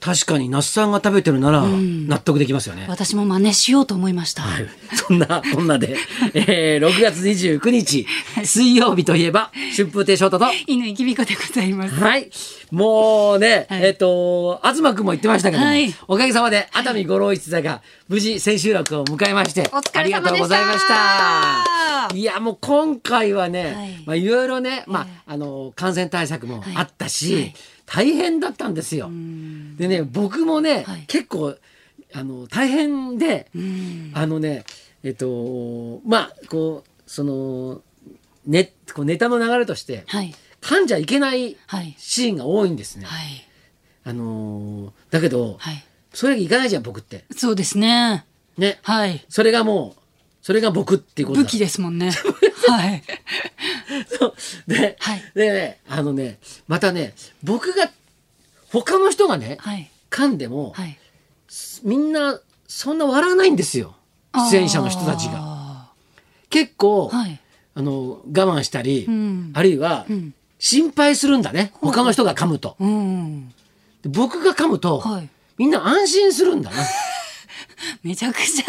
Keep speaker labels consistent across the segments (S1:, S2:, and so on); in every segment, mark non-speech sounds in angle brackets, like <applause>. S1: 確かに那須さんが食べてるなら
S2: ん
S1: 納得できますよね、
S2: 私も真似しようと思いました。
S1: はい、そんなこんなで、えー、6月29日水曜日といえば春風亭昇太と
S2: 犬井きびこでございます。
S1: はい。もうね、
S2: はい
S1: えっ、と、東くんも言ってましたけども、
S2: はい
S1: おかげさまで熱海五郎一座が無事千秋楽を迎えまして、
S2: お疲れ様でした
S1: ありがとうございました。いや、もう今回はね、
S2: はい
S1: まあいろいろね、まあ、あの、感染対策もあったし、大変だったんですよ。でね、僕もね、
S2: はい
S1: 結構、あの、大変で、
S2: うん。
S1: あのね、えっと、まあ、こう、その、ね、こうネタの流れとして、
S2: はい。
S1: 噛んじゃいけない
S2: はい。
S1: シーンが多いんですね。
S2: はい。
S1: あのーだけど、
S2: はい。
S1: それいかないじゃん、僕って。
S2: そうですね。
S1: ね。
S2: はい。
S1: それがもう、それが僕っていうことだ
S2: 武器ですもんね。はい。
S1: そうで、
S2: はい
S1: でね、あのね、またね、僕が、他の人がね、
S2: はい。
S1: 噛んでも、
S2: はい。
S1: みんな、そんな笑わないんですよ。出演者の人たちが。
S2: が。
S1: 結構、
S2: はい。
S1: あの、我慢したり、
S2: うん
S1: あるいは、
S2: ん
S1: 心配するんだね。他の人が噛むと。
S2: うん。
S1: で僕が噛むと、
S2: はい
S1: みんな安心する
S2: <laughs>
S1: んだな。
S2: めちゃくちゃ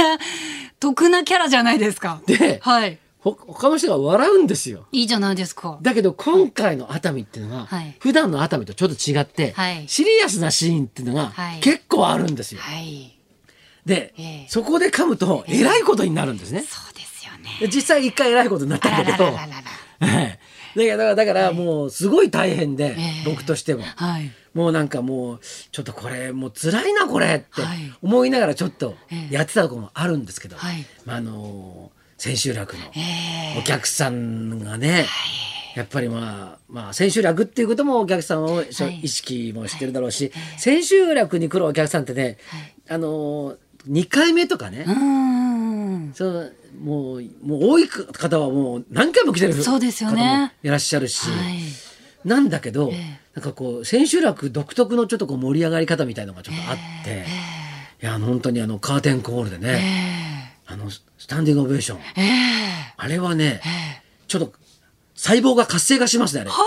S2: 得なキャラじゃないですか。
S1: で
S2: はい。
S1: ほ他の人が笑うんですよ。
S2: いいじゃないですか。
S1: だけど今回の熱海っていうのは、
S2: はい
S1: 普段の熱海とちょっと違って、
S2: はい
S1: シリアスなシーンっていうのが
S2: はい
S1: 結構あるんですよ。
S2: はい。
S1: で、
S2: ええ
S1: そこで噛むとえらいことになるんですね。
S2: そうですよね。
S1: で実際一回えらいことになっ
S2: あ
S1: た
S2: ら
S1: んだ
S2: ら
S1: けど
S2: らららら。
S1: <laughs> はいだからだからもうすごい大変で、
S2: ええ
S1: 僕としても。
S2: はい。
S1: もうなんかもうちょっとこれもう辛いなこれって
S2: はい
S1: 思いながらちょっと
S2: ええ
S1: やってた子もあるんですけど、
S2: はい
S1: まあ、あの千秋楽の
S2: ええ
S1: お客さんがね、やっぱりまあ、まあ、千秋楽っていうこともお客さんをしょ
S2: はい
S1: 意識もしてるだろうし、千秋楽に来るお客さんってね、あのー、2回目とかね、
S2: うーん。
S1: そのもう、もう多い方はもう何回も来てる
S2: そうですよね
S1: 方もいらっしゃるし、
S2: はい。
S1: なんだけど、
S2: ええ
S1: なんかこう、千秋楽独特のちょっとこう盛り上がり方みたいのがちょっとあって、
S2: え
S1: いや、本当にあの、カーテンコールで
S2: え
S1: ね、あの、スタンディングオベーション、
S2: ええ
S1: あれはね、
S2: ええ
S1: ちょっと細胞が活性化しますね、あれ。
S2: はあ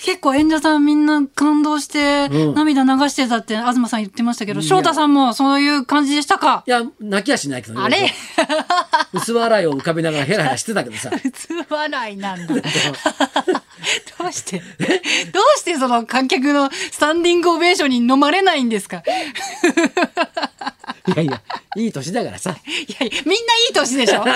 S2: 結構演者さんみんな感動して
S1: うん
S2: 涙流してたって東さん言ってましたけど、翔太さんもそういう感じでしたか
S1: いや、泣きはしないけどね。
S2: あれ <laughs>
S1: 薄笑いを浮かべながらヘラヘラしてたけ
S2: <laughs>
S1: どさ。
S2: 普通笑いなん <laughs> だ。どうして <laughs> どうしてその観客のスタンディングオベーションに飲まれないんですかいや
S1: いやいや、いい年だからさ。
S2: いや、みんないい年でしょ <laughs>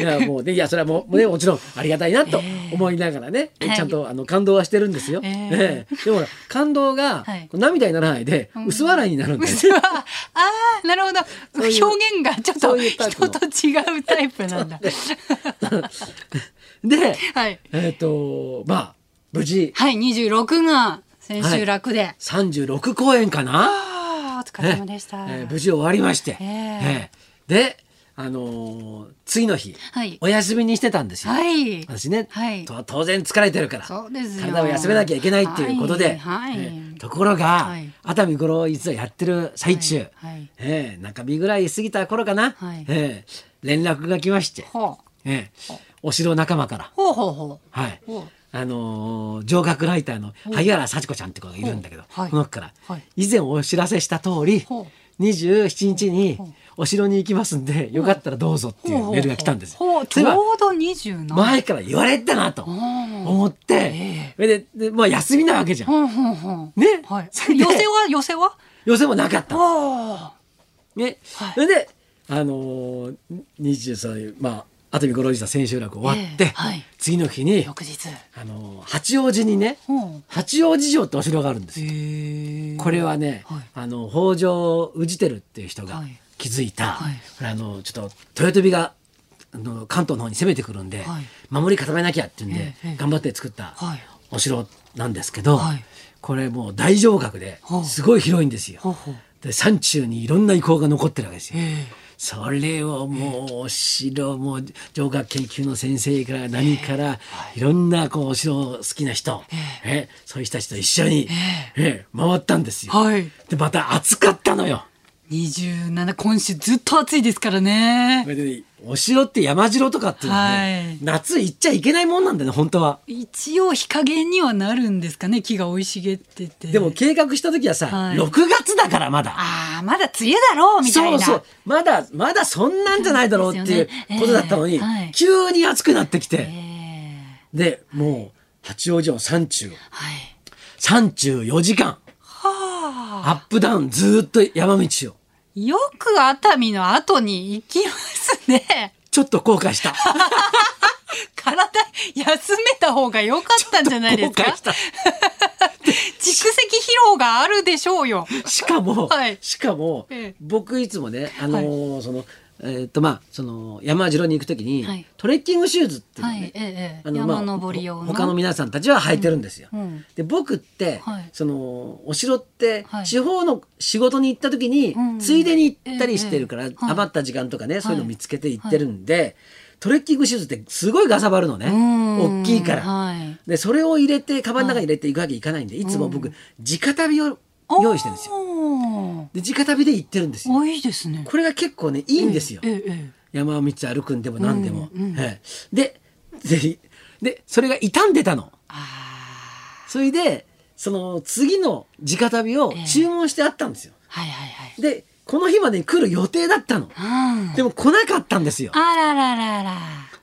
S1: いや、もうね、いや、それはもう、ね、もちろんありがたいなと思いながらね、
S2: はい
S1: ちゃんとあの感動はしてるんですよ。
S2: えー
S1: ええでもほら感動が
S2: はい
S1: 涙にならないで、薄笑いになるんだよね。
S2: ああ、なるほど。
S1: ういう
S2: 表現がちょっ
S1: そ
S2: と
S1: ういうタイプ
S2: 人
S1: の
S2: と違うタイプなんだ。
S1: で、
S2: はい。
S1: えっ、と、まあ、無事、
S2: はい、26が千秋楽で。
S1: 36公演かな。
S2: ああ、お疲れ様でした。
S1: ねえー無事終わりまして、
S2: ええ
S1: ええで、あのー次の日、
S2: はい
S1: お休みにしてたんですよ。
S2: はい。
S1: 私ね、
S2: はい
S1: と当然疲れてるから
S2: そうですよ
S1: 体を休めなきゃいけないっていうことで、
S2: はいはい
S1: ええところが、
S2: はい
S1: 熱海五郎一座やってる最中、
S2: はいはい
S1: ええ中日ぐらい過ぎた頃かな、
S2: はい
S1: ええ連絡が来まして、
S2: ほう。
S1: ええお城仲間から、
S2: ほうほうほう。
S1: はい
S2: ほう
S1: あのー上角ライターの萩原幸子ちゃんって子がいるんだけど、
S2: ほうはい
S1: この子から、
S2: はい
S1: 以前お知らせした通り
S2: ほ
S1: 27日に
S2: ほう
S1: お城に行きますんでよかったらどうぞってい
S2: ほうほ
S1: う
S2: う
S1: メールが来たんですよ
S2: ほう、
S1: そ
S2: ち
S1: れ
S2: ょ
S1: は
S2: うど27。
S1: 前から言われてたなと
S2: ん
S1: 思って、それででまあ、休みなわけじゃん。
S2: ほうほうほう。
S1: ね、
S2: はい
S1: それ。で
S2: 寄せは寄せは
S1: 寄せもなかった。
S2: あ
S1: ね
S2: はい
S1: それで、あのー、20歳、まあ、熱海五郎神社千秋楽終わって、
S2: ええはい
S1: 次の日
S2: あ
S1: に、
S2: 翌日。
S1: あのー八王子にね、
S2: ほう。
S1: 八王子城ってお城があるんですよ。
S2: へえ
S1: これはね、
S2: はい
S1: あの北条氏輝っていう人が
S2: はい
S1: 気づいた、
S2: はい
S1: これあのちょっと豊臣があの関東の方に攻めてくるんで、
S2: はい
S1: 守り固めなきゃっていうんで、
S2: ええ
S1: 頑張って作った
S2: はい
S1: お城なんですけど、
S2: はい
S1: これもう大城郭で
S2: ほう
S1: すごい広いんですよ。
S2: ほうほう。
S1: で山中にいろんな遺構が残ってるわけですよ。
S2: え
S1: それをもうお城もう城郭研究の先生から何からいろんなこうお城好きな人、えそういう人たちと一緒に、え回ったんです
S2: え
S1: よ。
S2: はい。
S1: でまた暑かったのよ。
S2: 27今週ずっと暑いですからね
S1: それでお城って山城とかっていうのはね、
S2: はい
S1: 夏行っちゃいけないもんなんだよね本当は。
S2: 一応日陰にはなるんですかね木が生い茂ってて
S1: でも計画した時はさ、
S2: はい
S1: 6月だからまだ。
S2: ああまだ梅雨だろうみたい
S1: そ
S2: な
S1: うそうまだまだそんなんじゃないだろうっていう
S2: そうですよね
S1: ことだったのに、
S2: ええはい
S1: 急に暑くなってきて、
S2: ええ
S1: でもう八王子の山中
S2: はい
S1: 34時間
S2: はあ
S1: アップダウンずーっと山道を
S2: よく熱海の後に行きますね <laughs>
S1: ちょっと後悔した
S2: 体休めた方が良かったんじゃないですか
S1: 後悔した
S2: 蓄積疲労があるでしょうよ
S1: しかも、
S2: はい
S1: しかも、
S2: ええ
S1: 僕いつもねあのーそのえーっとまあその山城に行くときに、
S2: はい
S1: トレッキングシューズっていうの
S2: は
S1: ね、
S2: いええええ
S1: あのまあ
S2: 山登り用の
S1: ほ他の皆さんたちは履いてるんですよ。
S2: うんうん
S1: で僕って、
S2: はい
S1: そのお城って
S2: はい
S1: 地方の仕事に行った時に、
S2: うん
S1: ついでに行ったりしてるから、
S2: ええはい
S1: 余った時間とかね、そういうの見つけて行ってるんで、トレッキングシューズってすごいガサバるのね、
S2: うん
S1: 大きいから。
S2: はい
S1: でそれを入れてカバンの中に入れていくわけいかないんで、いつも僕直旅を用意してるんですよ。
S2: よ
S1: で直旅で行ってるんですよ。
S2: あいいですね
S1: これが結構ねいいんですよ。
S2: えええ
S1: 山道歩くんでも何でも。
S2: うんうん
S1: はいでででそれが傷んでたの。
S2: あ
S1: それでその次の直旅を注文してあったんですよ。
S2: あはいはいはい
S1: でこの日までに来る予定だったの。
S2: うん
S1: でも来なかったんですよ。
S2: あらららら
S1: <laughs>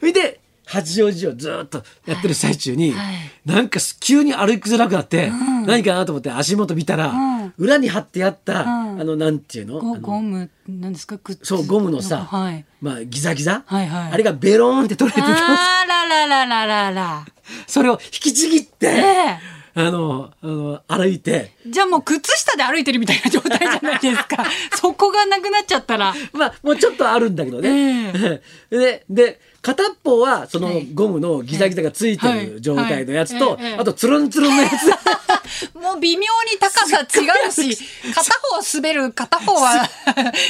S1: それで八王子をずーっとやってる最中に、
S2: はいはい
S1: なんか急に歩きづらくなって、何かなと思って足元見たら、
S2: うん
S1: 裏に貼ってあった、
S2: うん
S1: あのなんていうの
S2: ゴ
S1: あの
S2: ゴムなんですか靴
S1: そうゴムのさ <laughs>
S2: はい
S1: まあ、ギザギザ、
S2: はいはい
S1: あれがベローンって取れてきた
S2: あらららららら
S1: <laughs> それを引きちぎって、
S2: え
S1: あのあの歩いて
S2: えじゃあもう靴下で歩いてるみたいな状態じゃないです
S1: <laughs>
S2: かそこがなくなっちゃったら
S1: まあもうちょっとあるんだけどね。 <laughs> でで片っぽはそのゴムのギザギザがついて
S2: は
S1: る
S2: い
S1: 状態のやつと、
S2: はいはい
S1: あとつるんつるんのや
S2: <laughs>
S1: つ。
S2: もう微妙に高さ違
S1: <laughs>
S2: うし片方滑る片方は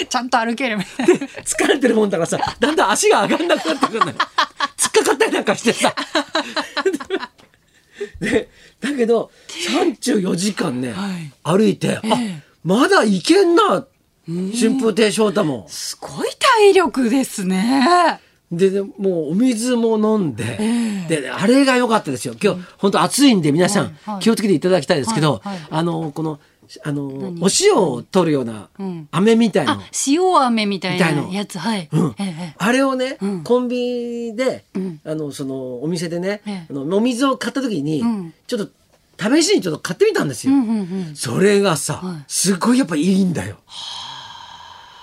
S2: ちゃんと歩けるみたいな
S1: 疲れてるもんだからさだんだん足が上がんなくなってくる
S2: <laughs>
S1: のよ突っかかったりなんかしてさでだけど34時間ね、
S2: はい
S1: 歩いて、あ
S2: ええ
S1: まだいけんな春風亭昇太も。
S2: すごい体力ですね
S1: ででもうお水も飲んで、であれが良かったですよ今日本当暑いんで皆さん
S2: はいはい
S1: 気をつけていただきたいですけど、
S2: はいはい
S1: あのこのあの
S2: 何
S1: お塩を取るような
S2: うん
S1: 飴みたいなの
S2: あ塩飴みたい
S1: みたい
S2: な
S1: の
S2: やつはい、
S1: うん
S2: ええ
S1: あれをね、
S2: うん
S1: コンビニで、
S2: ん
S1: あのそのお店でね、
S2: ええ
S1: あのお水を買った時に、
S2: うん
S1: ちょっと試しにちょっと買ってみたんです
S2: う
S1: よ。
S2: んうんうん
S1: それがさ、
S2: はい
S1: すごいやっぱいいんだよ。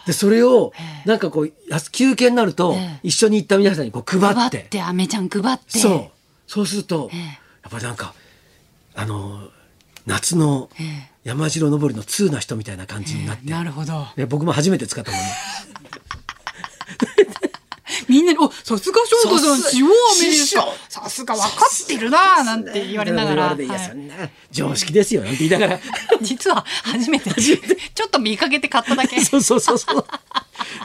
S1: でそれを
S2: ええ
S1: なんかこうやす休憩になると、
S2: ええ
S1: 一緒に行った皆さんにこう配
S2: 配
S1: っ
S2: っててアメちゃん配って
S1: そうそうすると、
S2: ええ
S1: やっぱなんかあの夏の
S2: ええ
S1: 山城登りの通な人みたいな感じになって、
S2: なるほど
S1: で僕も初めて使ったもんね。
S2: みんなに「おさすが翔太さん
S1: さす
S2: 塩飴ですか
S1: 師匠
S2: さすが分かってるな」なんて言われながら、
S1: 言われていやそ
S2: はい
S1: んな常識ですよなんて言いながら
S2: 実は初めてちょっと見かけて買っただ
S1: <laughs>
S2: け
S1: そうそうそう
S2: <laughs>
S1: そう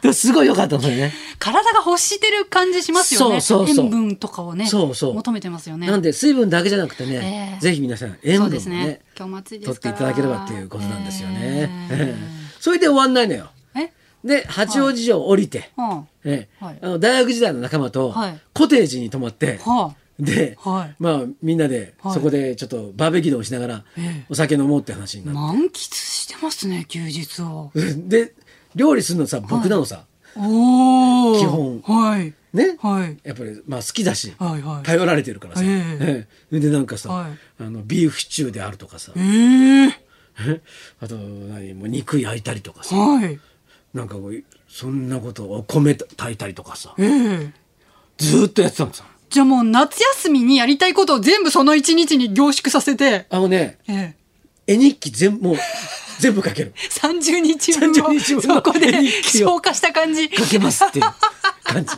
S1: でもすごい良かったのよね
S2: 体が欲してる感じしますよね
S1: そうそうそう
S2: 塩分とかをね
S1: そうそう
S2: 求めてますよね
S1: なんで水分だけじゃなくてね、
S2: ええ
S1: ぜひ皆さん塩分
S2: そう
S1: も
S2: です
S1: ね
S2: ね今日も暑いで
S1: 取っ
S2: す
S1: て
S2: か
S1: い
S2: ら
S1: ただければっていうことなんですよね、
S2: え
S1: <laughs> それで終わんないのよ
S2: ええ
S1: で八王子城降りて、
S2: は
S1: ええ
S2: はい
S1: あの大学時代の仲間と
S2: はい
S1: コテージに泊まって、
S2: あ、は
S1: で、
S2: はい
S1: まあみんなで
S2: はい
S1: そこでちょっとバーベキューでもしながら
S2: ええ
S1: お酒飲もうって話に
S2: あ、
S1: なっ
S2: 満喫してますね休日を
S1: て、 <laughs> で料理するのさ僕なのさ、
S2: おお
S1: 基本
S2: はい
S1: ね、
S2: はい
S1: やっぱりまあ好きだし、
S2: はいはい
S1: 頼られてるからさ、
S2: ええ
S1: ええでなんかさ、
S2: はい
S1: あのビーフシチューであるとかさ、
S2: ええ
S1: あと何もう肉焼いたりとかさ、
S2: はい
S1: なんかこうそんなことを米炊いたりとかさ
S2: ええ
S1: ずーっとやってたんですよ
S2: じゃあもう夏休みにやりたいことを全部その一日に凝縮させて、
S1: あのね
S2: ええ、
S1: 絵日記全部もう全部書ける
S2: 30日分
S1: 30
S2: を
S1: 日分の
S2: そこで
S1: 日記を
S2: 消化した感じ
S1: 書けますっていう感じ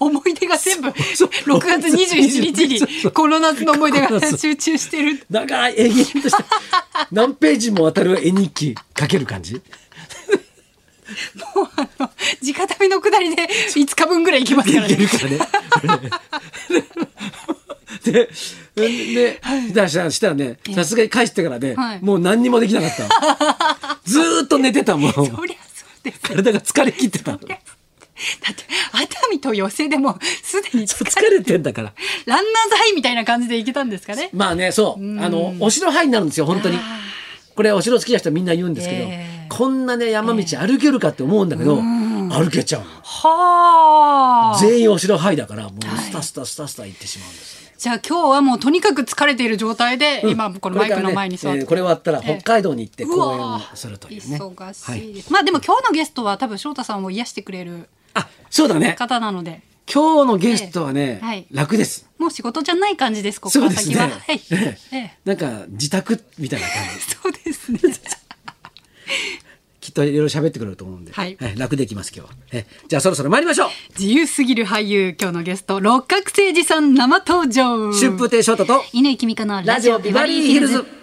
S2: 思い出が全部
S1: そう
S2: 6月21日
S1: そうそう
S2: にこの夏の思い出
S1: この
S2: が
S1: 夏
S2: 集中してる
S1: だから永遠として何ページもわたる絵日記書ける感じ
S2: もうあの直旅の下りで5日分ぐらい行きますから
S1: いけ
S2: ね
S1: るからね。で、で、で、出したらね、さすがに返してからね
S2: は、い
S1: もう何にもできなかったの。ずーっと寝てたもん。
S2: そりゃそうですよ。
S1: 体が疲れ切ってた。
S2: そりゃだって熱海と寄席でもすでに疲
S1: 疲
S2: れ
S1: れてんだから。
S2: ランナーズハイみたいな感じで行けたんですかね。
S1: まあね、そう。あの、お城範囲になるんですよ、本当に。これ、お城好きな人はみんな言うんですけど、
S2: ええ
S1: こんなね、山道歩けるかって思うんだけど、歩けちゃうの。
S2: はあ。
S1: 全員お城範囲だから、もうスタスタスタスタ行ってしまうんですよね。
S2: じゃあ今日はもうとにかく疲れている状態で、今このマイクの前に座っ
S1: これからねえ
S2: て
S1: ー。これ終わったら北海道に行って
S2: う
S1: 公
S2: わ
S1: 演を
S2: ー
S1: するというね。
S2: 忙
S1: は
S2: しい
S1: い。
S2: です。まあでも今日のゲストは多分翔太さんを癒してくれる
S1: あ、そうだね。
S2: 方なので、
S1: 今日のゲストはね、
S2: ええはい
S1: 楽です。
S2: もう仕事じゃない感じです。ここ
S1: そ
S2: か
S1: う
S2: ら
S1: です
S2: 先
S1: <laughs> ね。
S2: は。はい。
S1: ええ
S2: ええ
S1: なんか自宅みたいな感じ。
S2: そうですね。
S1: きっといろいろ喋ってくれると思うんで、
S2: はい
S1: 楽でいきます今日は。えじゃあそろそろ参りましょう。
S2: 自由すぎる俳優今日のゲスト六角誠児さん生登場。
S1: 春風亭昇太と
S2: 犬井君香の
S1: ラジオビバリーヒルズ。